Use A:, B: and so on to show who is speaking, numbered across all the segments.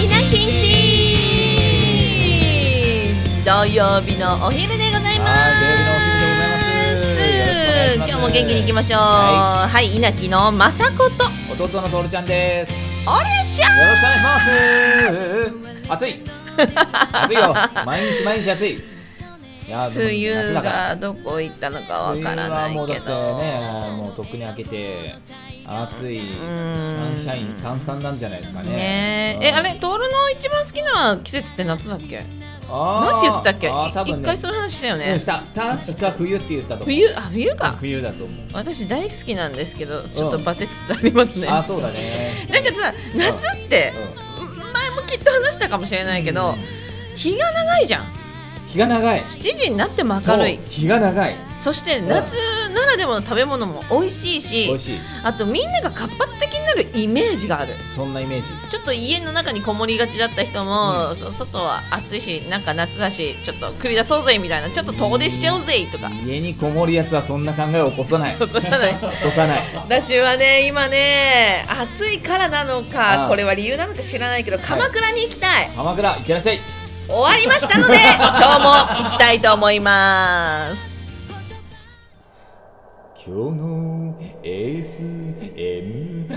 A: みんな禁止土曜日のお昼でございます
B: はい土曜日のお昼でございます
A: 今日も元気にいきましょうは、
B: はい
A: 稲城のまさこと
B: 弟のトールちゃんです。よ
A: おれっしゃ
B: ろしくお願いします。暑い。暑いよ。毎日毎日暑い。いや
A: 梅雨。
B: でも夏だから
A: がどこ行ったのかわ
B: 梅
A: か
B: 雨
A: ら
B: は
A: ない
B: もうだ
A: け
B: って
A: ど、
B: ね、もうとっくに明けて、暑
A: ん
B: い、サンシャイン、サンサンなんじゃないですかね。
A: ね
B: うん
A: ええあれトールの一番好きな季節って夏だっけ
B: あー
A: なんて言ってたっけ
B: あー多
A: い一
B: 分ね
A: 回その話だよ
B: う
A: ね
B: んした確か冬って言ったと思う。
A: 冬あ冬か
B: 冬だと思う。
A: 私大好きなんですけどちょっとバテつつありますね、
B: あ、そうだね。
A: なんかさ夏って、前もきっと話したかもしれないけど、日が長いじゃん
B: 日が長い。
A: 7時になっても明るい
B: そう日が長い。
A: そして夏ならではの食べ物も美味しいし
B: 美味しい。
A: あとみんなが活発的になるイメージがある
B: そんなイメージ。
A: ちょっと家の中にこもりがちだった人も、
B: うん
A: そ外は暑いしなんか夏だしちょっと繰り出そうぜみたいなちょっと遠出しちゃおうぜとか
B: 家にこもるやつはそんな考えを起こさない。
A: 起こさない
B: 起こさない。
A: 私はね今ね暑いからなのか
B: ああ
A: これは理由なのか知らないけど鎌倉に行きたい、
B: 鎌倉、行ってらっしゃい。
A: 終わりました ので今日も行きたいと思います
B: 今日の ASMR。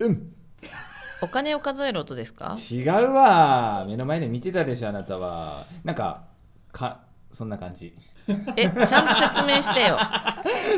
B: うん。
A: お金を数える音ですか
B: 違うわ。目の前で見てたでしょ、あなたは。なんか、か、そんな感じ。
A: えちゃんと説明してよ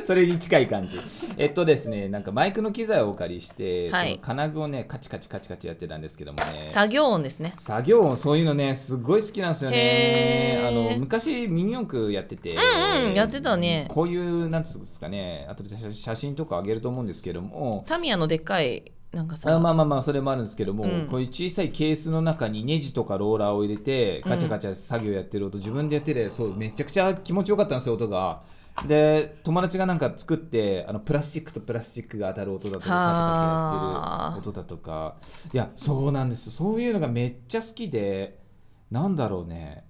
B: それに近い感じ。えっとですね、なんかマイクの機材をお借りして、
A: はい
B: その金具をね、カチカチカチカチやってたんですけどもね。
A: 作業音ですね
B: 作業音そういうのねすごい好きなんですよね
A: へ
B: あ
A: ー
B: の昔ミニ四駆やってて
A: うんうんやってたね
B: こういうなんつうんですかねあと写写真とかあげると思うんですけども
A: タミヤのでっかいなんかさ
B: あまあまあまあそれもあるんですけども、
A: うん
B: こういう小さいケースの中にネジとかローラーを入れてガチャガチャ作業やってる音、自分でやっててそうめちゃくちゃ気持ちよかったんですよ音がで友達がなんか作ってあのプラスチックとプラスチックが当たる音だとかガチャガチャやってる音だとかいやそうなんですそういうのがめっちゃ好きでなんだろうね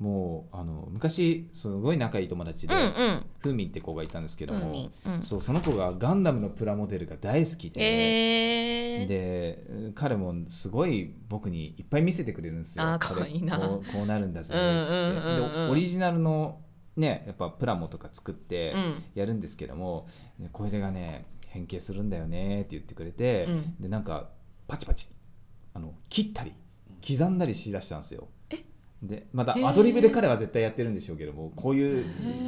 B: もうあの昔すごい仲いい友達で、
A: うんうん
B: ふみんって子がいたんですけど
A: う
B: も
A: ん、うん
B: そうその子がガンダムのプラモデルが大好きで。
A: えー、
B: で彼もすごい僕にいっぱい見せてくれるんですよ。
A: あー
B: これ
A: かわいいな
B: こうこうなるんだぜっつ
A: うん
B: って、
A: うんうんうん
B: でオリジナルのねやっぱプラモとか作って
A: うん
B: やるんですけども、これがね変形するんだよねって言ってくれて、
A: うん
B: でなんかパチパチあの切ったり刻んだりしだしたんですよ。でまだ
A: へー
B: アドリブで彼は絶対やってるんでしょうけどもこうい
A: へ
B: う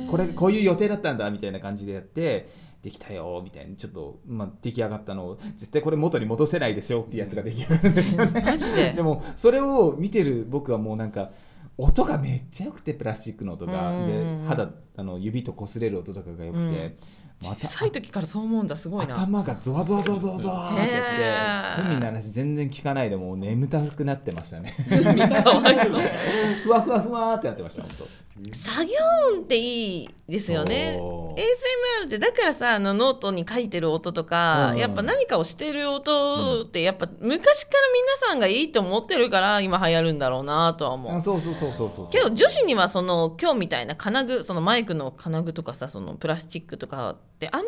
A: ー
B: これこういう予定だったんだみたいな感じでやってできたよみたいにちょっと、まあ、出来上がったのを絶対これ元に戻せないでしょっていうやつが出来上がるんですよね。
A: マジで
B: でもそれを見てる僕はもうなんか音がめっちゃ良くてプラスチックの音が、
A: うんうんうん
B: で肌あの指と擦れる音とかが良くて、ま
A: 小さい時からそう思うんだすごいな
B: 頭がゾワゾワゾワゾワゾワってやって
A: へー
B: 海の話全然聞かないでもう眠たくなってま したね
A: かわいそう
B: ふわふわふわーってなってました本当
A: 作業音っていいですよね
B: そう
A: ASMR ってだからさあのノートに書いてる音とか、
B: うん
A: やっぱ何かをしてる音ってやっぱ昔から皆さんがいいと思ってるから今流行るんだろうなとは思
B: あ
A: う
B: そうそうそうそうそう
A: けど女子にはその今日みたいな金具そのマイクの金具とかさそのプラスチックとかってあんま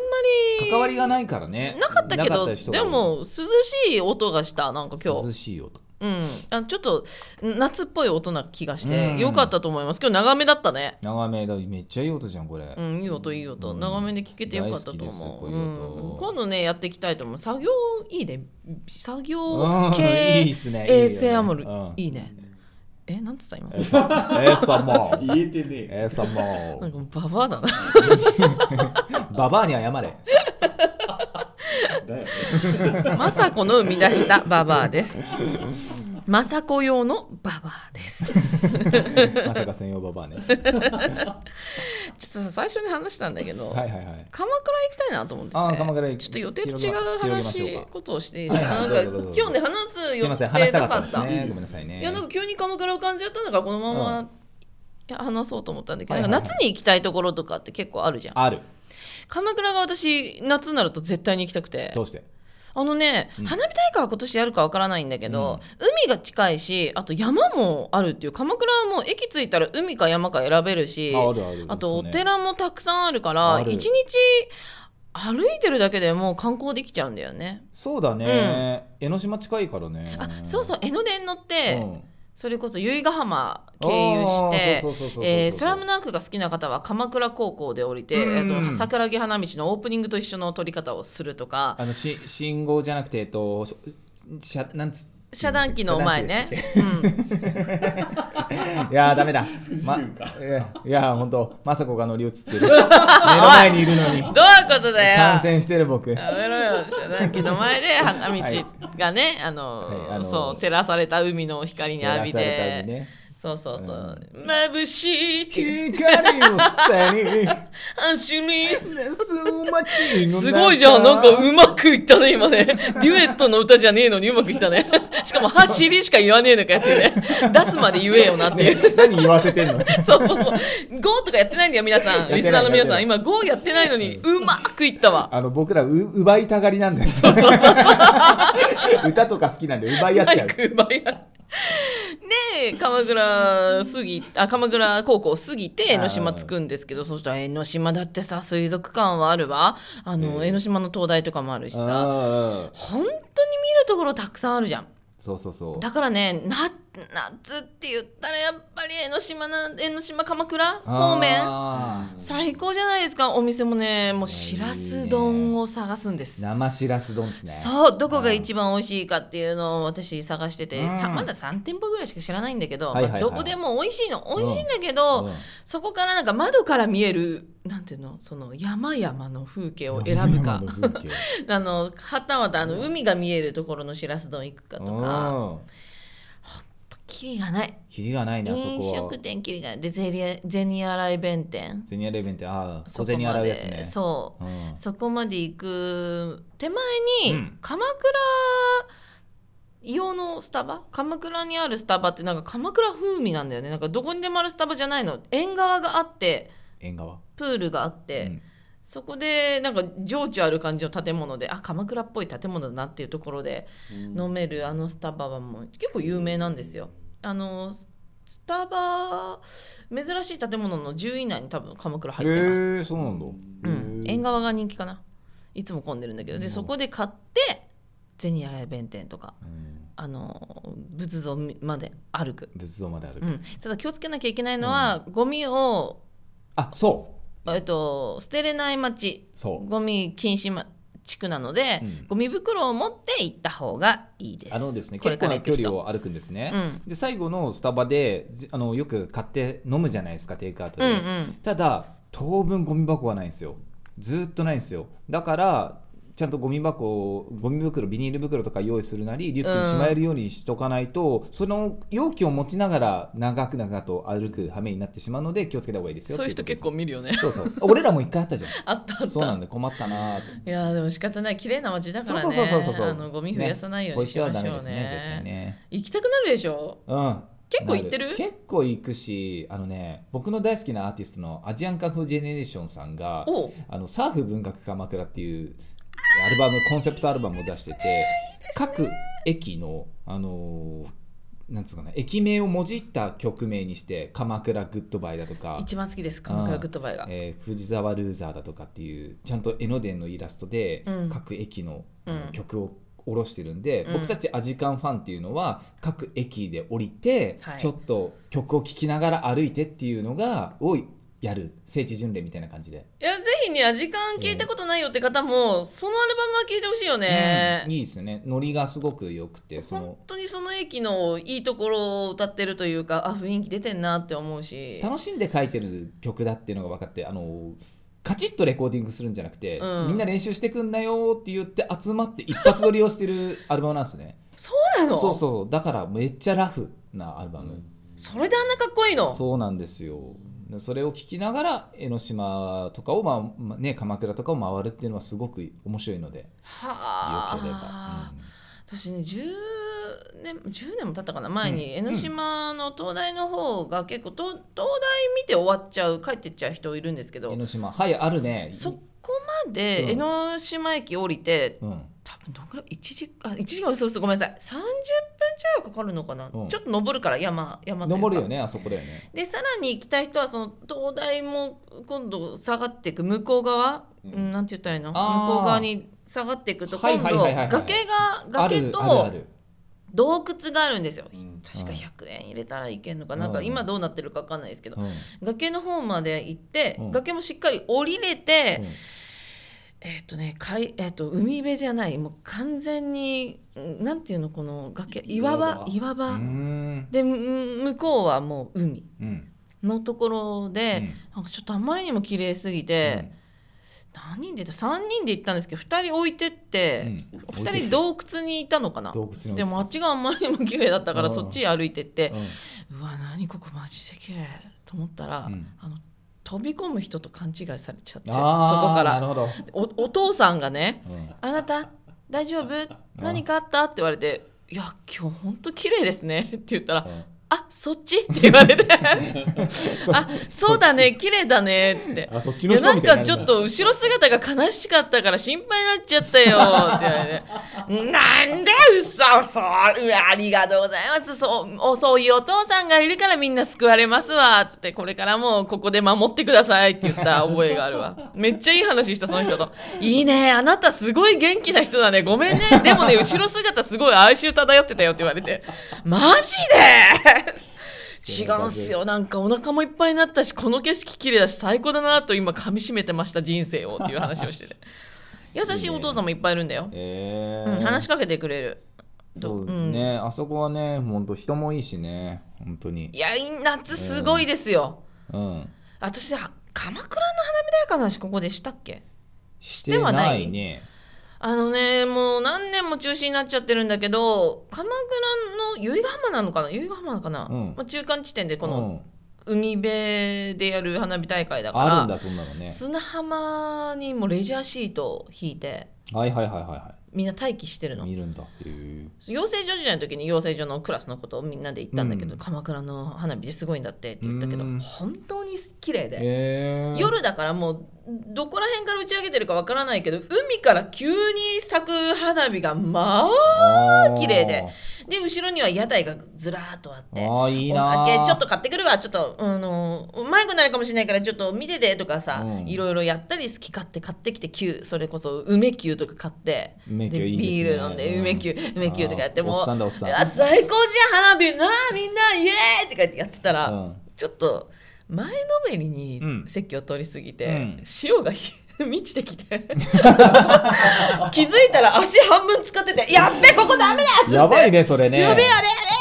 A: り
B: 関わりがないからね
A: なかったけど
B: 人が
A: でも涼しい音がしたなんか今日
B: 涼しいよと
A: うんあちょっと夏っぽい音な気がして、
B: うん
A: よかったと思います今日長めだったね
B: 長めだめっちゃいい音じゃんこれ、
A: うん、いい音いい音、
B: うん
A: 長めで聞けてよかったと
B: 大好きです
A: 思
B: こ
A: う
B: ういう音
A: うん今度ねやっていきたいと思う作業いいね作業
B: うんいい
A: 系
B: っすねいいよね
A: ASMR
B: うん
A: いいねえなんつった今
B: 餌餌 もう
C: 言えてねえ。
B: 餌も
A: なんかババアだな
B: うババアに謝れ
C: だよね。
A: 政子の生み出したババアです政子用のババアです
B: まさか専用ババアね
A: ちょっとさ最初に話したんだけど、
B: はいはいはい
A: 鎌倉行きたいなと思ってて
B: あー鎌倉行
A: ち
B: き
A: ょっと予定と違
B: 広
A: う
B: げましょうか
A: 話ことをして
B: はいはい
A: なん
B: どうぞどう
A: か
B: ぞ
A: 今日ね話す
B: すい
A: 予
B: ません
A: 定
B: 話したか
A: な
B: った
A: か
B: で
A: っ
B: す
A: た
B: ねごめんなさいね
A: いやなんか急に鎌倉を感じちゃったんだからこのまま、
B: うん
A: いや話そうと思ったんだけど、
B: はいはいは
A: な
B: い
A: んか夏に行きたいところとかって結構あるじゃん
B: ある
A: 鎌倉が私夏になると絶対に行きたくて
B: どうして
A: あのね、
B: うん
A: 花火大会は今年やるかわからないんだけど、海が近いしあと山もあるっていう鎌倉はもう駅着いたら海か山か選べるし
B: ああるある
A: あとお
B: ですね
A: 寺もたくさんあるから
B: ある
A: 一日歩いてるだけでもう観光できちゃうんだよね。
B: そうだね、江ノ島近いからね
A: あそうそう江ノ電乗っ
B: う
A: て、
B: ん
A: それこそ由比ヶ浜経由して
B: あーそうそうそうそうそうそう
A: えースラムダンクが好きな方は鎌倉高校で降りて、
B: うん
A: えーと桜木花道のオープニングと一緒の撮り方をするとか
B: あのし信号じゃなくてえっとししゃなんつ
A: 遮断機の前ね
B: 遮断機
A: う
B: でし。
A: ん
B: たっけいやーダメだ、ま、
C: 自由か
B: いや本当雅子が乗り移って る目の前にいるの
A: どうい
B: に
A: うことだよ
B: 感染してる僕
A: やめろよ遮断機の前で花道がね、あの
B: はいあの
A: そう照らされた海の光に浴び
B: 照らされた
A: て、
B: りね
A: そうそうそう、眩しいって
B: 光を下に
A: 走り
B: すまちの中
A: すごいじゃんなんかうまくいったね 今ねデュエットの歌じゃねえのにうまくいったねしかも走りしか言わねえのかやってね出すまで言えよなって いう
B: ね何言わせてんの
A: そうそうそう GO とかやってないんだよ皆さん
B: やってない
A: リスナーの皆
B: や
A: さ
B: って
A: ん
B: な
A: 今 GO やってないのにうまくいったわ
B: あの僕らう奪いたがりなんだよ歌とか好きなんで奪い合っ
A: マ
B: ちゃ
A: イ
B: う
A: ク奪い合うで鎌倉過ぎあ鎌倉高校過ぎて江ノ島着くんですけどそしたら江ノ島だってさ水族館はあるわあの、
B: ええ
A: 江ノ島の灯台とかもあるしさ
B: あー
A: 本当に見るところたくさんあるじゃん
B: そうそうそう
A: だからねな夏って言ったらやっぱり江ノ島な江ノ島鎌倉方面
B: あー
A: 最高じゃないですかお店もねもうしらす丼を探すんです
B: 生しらす丼ですね
A: そうどこが一番美味しいかっていうのを私探してて、
B: うん
A: さまだ3店舗ぐらいしか知らないんだけど、
B: はいはいはい
A: まあどこでも美味しいの
B: ん
A: 美味しいんだけど、
B: うん
A: そこからなんか窓から見えるなんていうのその山々の風景を選ぶか
B: 山々の風景
A: あのはたまたあの海が見えるところのしらす丼行くかとか
B: うん
A: キリがない
B: キリがないねあそ
A: 飲
B: こは
A: 食店キリがないでゼリ銭洗い弁天
B: ゼニアレベンってああ
A: そ
B: 小
A: こまで
B: 銭洗うやつね
A: そう
B: う、ん、
A: そこまで行く手前に、
B: うん
A: 鎌倉用のスタバ鎌倉にあるスタバってなんか鎌倉風味なんだよねなんかどこにでもあるスタバじゃないの縁側があって
B: 縁側
A: プールがあって、
B: うん
A: そこでなんか情緒ある感じの建物であ鎌倉っぽい建物だなっていうところで飲めるあのスタバはもう結構有名なんですよ。あのスタバ珍しい建物の10位以内に多分鎌倉入ってます。
B: えー、そうなんだ、
A: うん、
B: へー
A: 縁側が人気かないつも混んでるんだけどでそこで買って銭洗弁天とか
B: うん
A: あの仏像まで歩く、
B: 仏像まである、
A: うん、ただ気をつけなきゃいけないのは、ゴミを、
B: あそ
A: えっと、捨てれない町
B: うそう
A: ゴミ禁止、ま、地区なので、
B: うん
A: ゴミ袋を持って行った方がいいです
B: あのですね
A: こ
B: 結
A: れ
B: 構
A: から
B: な
A: 行く
B: 距離
A: 人
B: を歩くんですね、
A: うん
B: で最後のスタバでじあのよく買って飲むじゃないですかテイクアウト
A: うん
B: で、
A: うん
B: ただ当分ゴミ箱がないんですよずーっとないんですよだからちゃんとゴミ箱をゴミ袋ビニール袋とか用意するなりリュックにしまえるようにしとかないと、その容器を持ちながら長く長くと歩く羽目になってしまうので気をつけた方がいいですよ
A: そういう人
B: って
A: 結
B: こと
A: 構見るよね
B: ですそうそう俺らも一回あったじゃん
A: あったあった
B: そうなんで困ったなーと
A: いやーでも仕方ない綺麗な街だか
B: そう
A: ら
B: そう
A: ね
B: そうそうそうそう
A: あのゴミ増やさないようにし
B: ね
A: ましょう
B: ポ
A: ね
B: イ捨てはダメですね絶対ね
A: 行きたくなるでしょ
B: うん
A: 結構行ってる
B: な結構行くしあのね僕の大好きなアーティストのアジアンカンフージェネレーションさんが
A: おう
B: あのサーフ文学鎌倉っていうアルバムコンセプトアルバムを出してて各駅のあのーなんつうかな駅名をもじった曲名にして「鎌倉グッドバイ」だとか
A: 一番好きです鎌倉グッドバイが、
B: えー藤沢ルーザーだとかっていうちゃんと江ノ電のイラストで
A: うん
B: 各駅のあ
A: うん
B: の曲を下ろしてるんで、
A: うん
B: 僕たちアジカンファンっていうのは各駅で降りて、
A: はい
B: ちょっと曲を聴きながら歩いてっていうのがをやる聖地巡礼みたいな感じで、
A: いやぜひね時間聞いたことないよって方も、そのアルバムは聞いてほしいよね、
B: うんいいですよねノリがすごく良くてそ
A: 本
B: の
A: 当にその駅のいいところを歌ってるというかあ雰囲気出てんなって思うし
B: 楽しんで書いてる曲だっていうのが分かってあのカチッとレコーディングするんじゃなくて、
A: うん
B: みんな練習してくんなよって言って集まって一発撮りをして るアルバムなんですね
A: そうなの
B: そうそうそうだからめっちゃラフなアルバム、
A: それであんなかっこいいの
B: そうなんですよそれを聞きながら江ノ島とかを、まあまあね、鎌倉とかを回るっていうのはすごく面白いのでよ
A: は
B: ければ
A: あ、、私ね10年10年も経ったかな前に江ノ島の東大の方が結構東東大見て終わっちゃう帰ってっちゃう人いるんですけ
B: うん江
A: ど
B: ノ島はいあるね
A: そこまで江ノ島駅降りて
B: うん
A: 多分どんぐらい1時間1時間そうそうごめんなさい30分ちょいはかかるのかな、
B: うん
A: ちょっと登るから山山というか
B: 登るよねあそこだよね
A: でさらに行きたい人はその灯台も今度下がっていく向こう側、
C: うん
A: うん、なんて言ったらいいの向
B: あー
A: こう側に下がっていくと
B: はい
A: 今
B: はい
A: 度
B: はいはいはい
A: 崖が
B: あ
A: 崖
B: るあるあ
A: と
B: る
A: 洞窟があるんですよ、
C: うん
A: 確か
B: うん
A: 100円入れたらいけんのか、
B: うん
A: なんか今どうなってるか分かんないですけど、
B: うん
A: 崖の方まで行って、
B: うん
A: 崖もしっかり降りれて、
B: うん
A: えっ、とね、かい、えっ、と、海辺じゃない、もう完全に、んなんていうの、この崖、
C: い
A: 岩場、岩
C: 岩
B: う
A: 場。
B: ん
A: で、む向こうはもう海
B: うん
A: のところで、
B: うん
A: なんかちょっとあまりにも綺麗すぎて、何人で行った、三人で行ったんですけど、二人置いてって。
B: うん
A: 二人洞窟にいたのかな。
B: 洞窟に
A: でも、あっちがあんまりにも綺麗だったから、
B: うん
A: そっちへ歩いてって
B: う、ん
A: うわ、何ここマジで綺麗と思ったら、
B: うん
A: あの。飛び込む人と勘違いされちゃってそこ
B: あー
A: か
B: なる
A: ら
B: ほど、
A: おお父さんがね、
B: うん
A: あなた大丈夫何かあったって言われて「いや今日ほんと綺麗ですね」って言ったら
B: うん
A: 「あそっち?」って言われて「
B: そ
A: あそうだね綺麗だね」っつって。
B: あそっち
A: い
B: の
A: や
B: 人
A: な
B: み
A: ん
B: たいに
A: かち
B: なる
A: ょっ
B: んだ
A: と後ろ姿が悲しかったから心配になっちゃったよって言われてなんで嘘そううわありがとうございますそうおそういうお父さんがいるからみんな救われますわっつってこれからもここで守ってくださいって言った覚えがあるわめっちゃいい話したその人といいねあなたすごい元気な人だねごめんねでもね後ろ姿すごい哀愁漂ってたよって言われてマジで違うんすよなんかお腹もいっぱいになったしこの景色綺麗だし最高だなと今噛みしめてました人生をっていう話をして て優しいお父さんもいっぱいいるんだよ、
B: え
A: う
B: ー
A: ん、話しかけてくれるど
B: そう
A: うん
B: ね、あそこはね本当人もいいしね本当に
A: いや夏すごいですよ、
B: うん
A: 私は鎌倉の花火大会の話ここでしたっけ
B: してないね
A: あのねもう何年も中止になっちゃってるんだけど鎌倉の由比ヶ浜なのかな由比ヶ浜かな、
B: うん
A: まあ、中間地点でこ
B: う
A: の
B: ん、
A: 海辺でやる花火大会だから、
B: あるんだそんなのね
A: 砂浜にもレジャーシートを引いて
B: はいはいはいはいは
A: みんな待機してる
B: い
A: の
B: 見るんだへえ
A: 養成所時代の時に養成所のクラスのことをみんなで行ったんだけど、
B: うん
A: 鎌倉の花火ですごいんだってって言ったけど、
B: うん
A: 本当に綺麗で、
B: へえ
A: 夜だからもうどこら辺から打ち上げてるかわからないけど海から急に咲く花火がまあ
B: あー
A: 綺麗でで後ろには屋台がずらーっとあって。
B: あーいい
A: お
B: な
A: 酒ちょっと買ってくるわちょっと、あの迷子になるかもしれないからちょっと見ててとかさ、
B: うん
A: いろいろやったり好き買って買ってきて急それこそ梅急とか買って
B: 梅
A: で
B: 酒いいですね
A: ビール飲んで梅急、梅急とかやって
B: あー
A: もう
B: おっさんだおっさん
A: うわ最高じゃん花火なあみんなイエーイとかやってやってたら、
B: うん
A: ちょっと前のめりに
B: うん
A: 席を通り過ぎて、
B: うん
A: 塩がひ 満ちてきて 気づいたら足半分使ってて「やっべここダメだ!」っつって
B: やばいねそれね
A: やべえや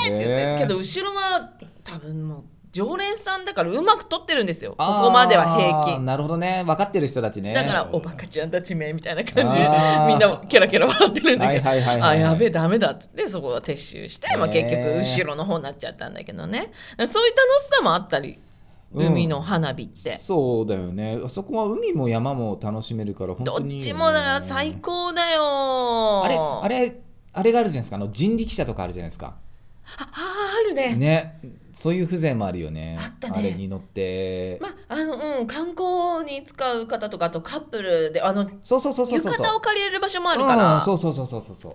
A: べえやべえって言
B: へ
A: っ
B: え
A: て、けど後ろは多分もう常連さんだからうまく撮ってるんですよこ
B: あー
A: こまでは平均
B: なるほどね分かってる人たちね
A: だからおバカちゃんたちめみたいな感じ
B: あ
A: で
B: ー
A: みんなもケラケラ笑ってるんだけど、
B: はいはいはいはい
A: あやべえダメだっつってそこは撤収して、まあ、
B: へ
A: 結
B: ー
A: 局後ろの方になっちゃったんだけどねだからそういう楽しさもあったり
B: うん
A: 海の花火って、
B: そうだよねあそこは海も山も楽しめるから本
A: ど
B: 当
A: っ
B: にいい
A: ち
B: よね
A: もだよ最高だよ
B: あれあれあれがあるじゃないですかあの人力車とかあるじゃないですか
A: ああるね
B: ねそういう風情もあるよね
A: あったね
B: れに乗って、
A: まああのうん観光に使う方とかあとカップルであの
B: そうそうそうそうそう
A: 浴衣を借りれる場所もあるか
B: う
A: ら
B: ん、そうそうそうそうそうそう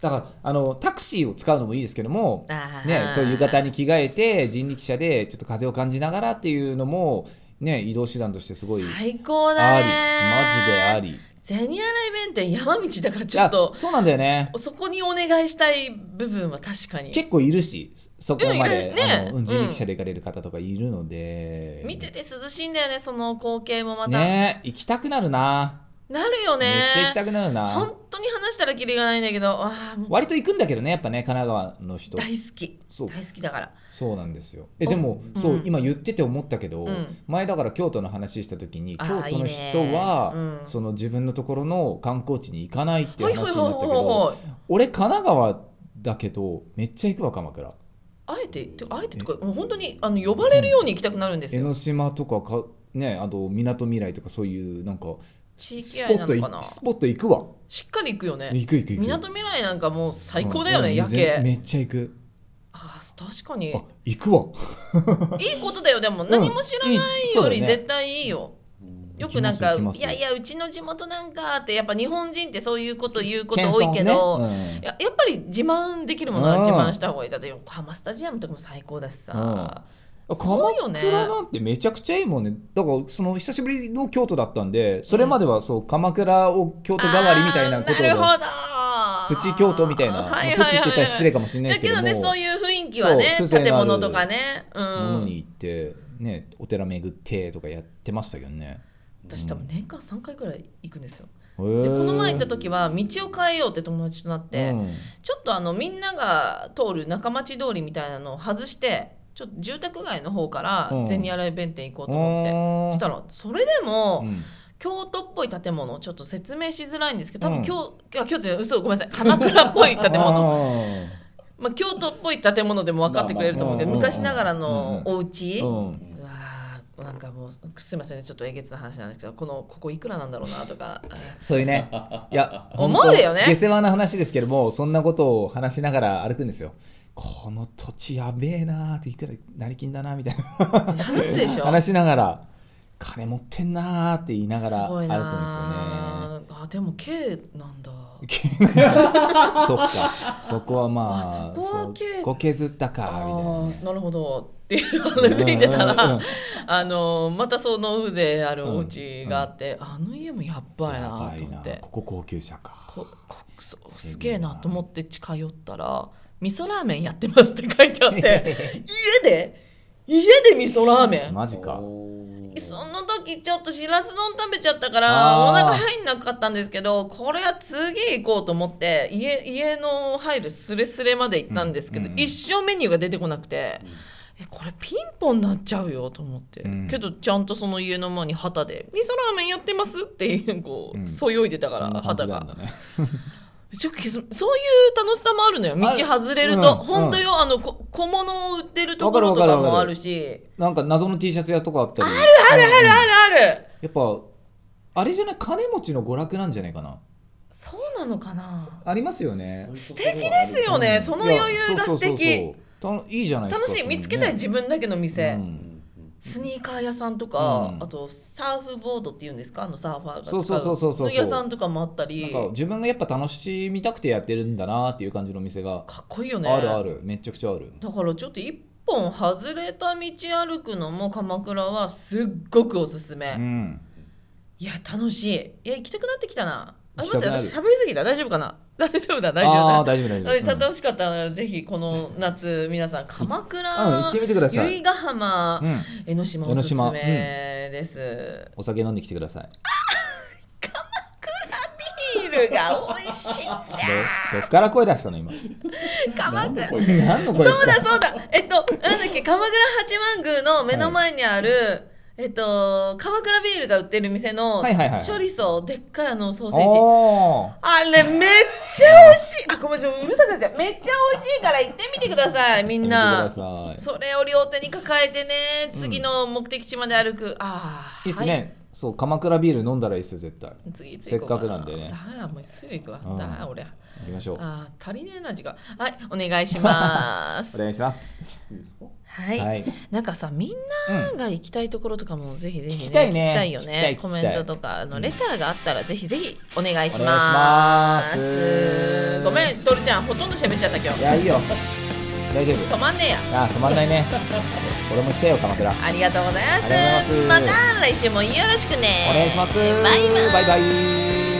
B: だからあのタクシーを使うのもいいですけども
A: あー
B: ねそういう浴衣に着替えて人力車でちょっと風を感じながらっていうのもね移動手段としてすごい
A: 最高だ
B: あり
A: ね
B: マジであり
A: 銭洗弁天山道だからちょっと
B: あそうなんだよね
A: そこにお願いしたい部分は確かに
B: 結構いるしそこまで、
A: うんいるね
B: あの人力車で行かれる方とかいるので、
A: 見てて涼しいんだよねその光景もまた、
B: ね行きたくなるな、
A: なるよね
B: めっちゃ行きたくなるな
A: 本当に話したらキリがないんだけどああもう
B: 割と行くんだけどねやっぱね神奈川の人
A: 大好き
B: そう
A: 大好きだから
B: そうなんですよえ
A: お
B: でも、そう
A: うん
B: 今言ってて思ったけど、
A: うん
B: 前だから京都の話した時に
A: あ
B: 京
A: ー
B: 都の人はい
A: いねうん
B: その自分のところの観光地に行かないって
A: は
B: 話
A: い
B: に
A: は
B: ないっ
A: は
B: た
A: いは
B: け
A: い
B: ど
A: はい
B: 俺神奈川だけどめっちゃ行くわ鎌倉
A: あえててかあえてとかもう本当にあの呼ばれるように行きたくなるんです
B: 江
A: よ
B: ノ島とかかねあとみなとみらいとかそういうなんか
A: 地
B: ス
A: 域
B: ポ
A: 愛
B: ッ
A: な
B: ト
A: のかない
B: スポット行くわ
A: しっかり行くよね
B: 行く行く行く
A: みなとみらいなんかもう最高だよ
B: う
A: ね
B: ん
A: 夜
B: 全め
A: 景
B: っちゃ行く
A: あー確かに
B: あ行くわ
A: いいことだよでも
B: ん
A: 何も知らないよ
B: いいそうだよ
A: り
B: ね
A: 絶対いいよ
C: うん
A: よくなんか
B: 行き
A: 「
B: ます行きます
A: いやいやうちの地元なんか」ってやっぱ日本人ってそういうこと言うこと
B: 謙遜
A: 多いけど、
B: ね
A: いややっぱり自慢できるもの
B: う
A: は
B: ん
A: 自慢した方がいいだって横浜スタジアムとかも最高だしさ、
B: うん
A: すご
B: 鎌
A: いよね
B: 倉なんてめちゃくちゃいいもんねだからその久しぶりの京都だったんでそれまではそう鎌倉を京都代わりみたいなこと
A: あー
B: を
A: なるほど
B: プチ京都みたいな、
A: ははは
B: まあプチって言ったら失礼かもしれな
A: だ
B: いですけ
A: け
B: ど
A: ど
B: も
A: ねそういう雰囲気はね
B: そう風情
A: 建
B: のある
A: 物とかねう
B: ものに
A: ん
B: 行って、ね、お寺巡ってとかやってましたけどね。
A: 私多分年間3回ぐらい行くんですよ
B: こ
A: でこの前行った時は道を変えようって友達となって、
B: うん
A: ちょっとあのみんなが通る中町通りみたいなのを外してちょっと住宅街の方から
B: うん
A: 銭洗弁天行こうと思って、そしたらそれでも、
B: うん
A: 京都っぽい建物をちょっと説明しづらいんですけど多
B: う
A: 分
B: ん
A: 京,、あ京都じゃない嘘ごめんなさい鎌倉っぽい建物
B: あ
A: まあ、京都っぽい建物でも分かってくれると思うけど、
B: まあまあ
A: 昔ながらのお家、
B: ーうん
A: うわーなんかもうすいませんねちょっとえげつな話なんですけどこのここいくらなんだろうなとか
B: そういうね、いや、
A: 思うよね
B: 本当下世話な話ですけども、そんなことを話しながら歩くんですよ。この土地やべえなーって、いくら成金だなみたいな
A: 話すでしょ
B: 話しながら、金持ってんなーって言いながら
A: す
B: 歩
A: ご
B: くん
A: い
B: ですよね。
A: なーあでも K なんだ
B: そっか、そこはまあ、
A: あそこはけ
B: そこ削ったかみたいな
A: あ
B: ね
A: ーなるほどっていうので見てた
B: うんうんう
A: ら
B: ん
A: あのまたその風情あるお家があって、あの家もやっばい
B: や
A: な
B: ば
A: と
B: い
A: 思っ
B: な
A: て。
B: ここ高級車か。
A: ここそうすげえなと思って近寄ったら「味噌ラーメンやってます」って書いてあって 家で家で味噌ラーメン
B: マジか。
C: おー
A: その時ちょっとしらす丼食べちゃったから
B: あー
A: お腹入んなかったんですけどこれは次行こうと思って家家の入るスレスレまで行ったんですけど、
B: うんうん
A: 一生メニューが出てこなくて、えこれピンポンなっちゃうよと思って、
B: うん
A: けどちゃんとその家の前に旗で「味噌ラーメンやってます」っていうこ
B: うん
A: うそよいでたか
B: そん
A: ら
B: な感
A: 旗
B: じな
A: が
B: んだ。ね。
A: ちょっと気づそういう楽しさもあるのよ道
B: あ
A: 外れる
B: うん
A: と、本当よあのこ小物を売ってるところ
B: わ
A: と
B: かる
A: か
B: わかるわかる
A: もあるし
B: なんか謎の T シャツ屋とかあったり。あるあるある
A: あるある
B: やっぱあれじゃない金持ちの娯楽なんじゃないかな
A: そうなのかな
B: ありますよね
A: 素
C: 素
A: 敵ですよねその余裕が素
B: い
A: 敵
B: やそうそうそうそうたいいじゃないです
A: 楽
B: か
A: しい
B: そのね
A: 見つけたい自分だけの店、
B: うん
A: スニーカー屋さんとか、
B: うん
A: あとサーフボードっていうんですかあのサーファーが使
B: そうそうそうそうそう
A: 屋さんとかもあった
B: なん
A: り
B: か自分がやっぱ楽しみたくてやってるんだなっていう感じのお店が
A: かっこいいよね
B: あるあるめちゃくちゃある
A: だからちょっと一本外れた道歩くのも鎌倉はすっごくおすすめ、
B: うん
A: いや楽しいいや行きたくなってきたなあ
B: 行
A: れ
B: き
A: 待
B: た
A: っ
B: く
A: て
B: なる
A: 私喋りすぎた大丈夫かな 大丈夫だ大丈
B: ああ
A: 夫
B: ー大丈夫大丈
A: だうん
B: 夫うん
A: 楽しかったらぜひこの夏皆さん鎌
B: うん行
A: 倉
B: ってみてくださ
A: 由
B: い
A: 比ヶ浜、
B: うん
A: 江ノ島おすす
B: 江ノ島うん
A: めです、
B: お酒飲んできてください
A: ビールが美味しいじゃん
B: どどっから声出したの今
A: 鎌倉
C: こ
B: 何の
A: そ
B: 声
A: う
B: ですか
A: だそうだえっとなんだっけ鎌倉八幡宮の目の前にある、えっと鎌倉ビールが売ってる店の、
B: はいはいはい
A: 処理層でっかいあのソーセージ
B: あ
A: あれめっちゃ美味しいあごめんちょっとうるさくなっちゃうめっちゃ美味しいから行ってみてくださいみ
B: ー
A: ん
B: 見てく
A: な
B: ださ
A: それを両手に抱えてね次の目的地まで歩く、ああ
B: いいいっすね、そう鎌倉ビール飲んだらいいっすよ絶対
A: 次次行こう
B: せっかくなんでね
A: だあもうすぐ行くわ、
B: うん
A: だあ俺あ
B: 行きましょう
A: あ足りねえな時間はいお願いしま す
B: お願いします
A: はい、
B: はい
A: なんかさみんなが行きたいところとかもぜひぜひ、
B: 聞きたいね
A: 聞きたいよ
B: 聞きたい
A: ね
B: 聞き
A: コ
B: たい
A: メントとかあのレターがあったらぜひぜひお願いし
B: お願いし
A: ま
B: ますす
A: ごめんトルちゃんほとんど喋っちゃった今日
B: いやいいよ大丈夫
A: 止まんねえや
B: あ止まんないね俺も来たよ鎌倉お
A: ありがとうございます
B: ありがとうございます
A: た来週もよろしくね
B: 願いします
A: バイバイ
B: バイバイ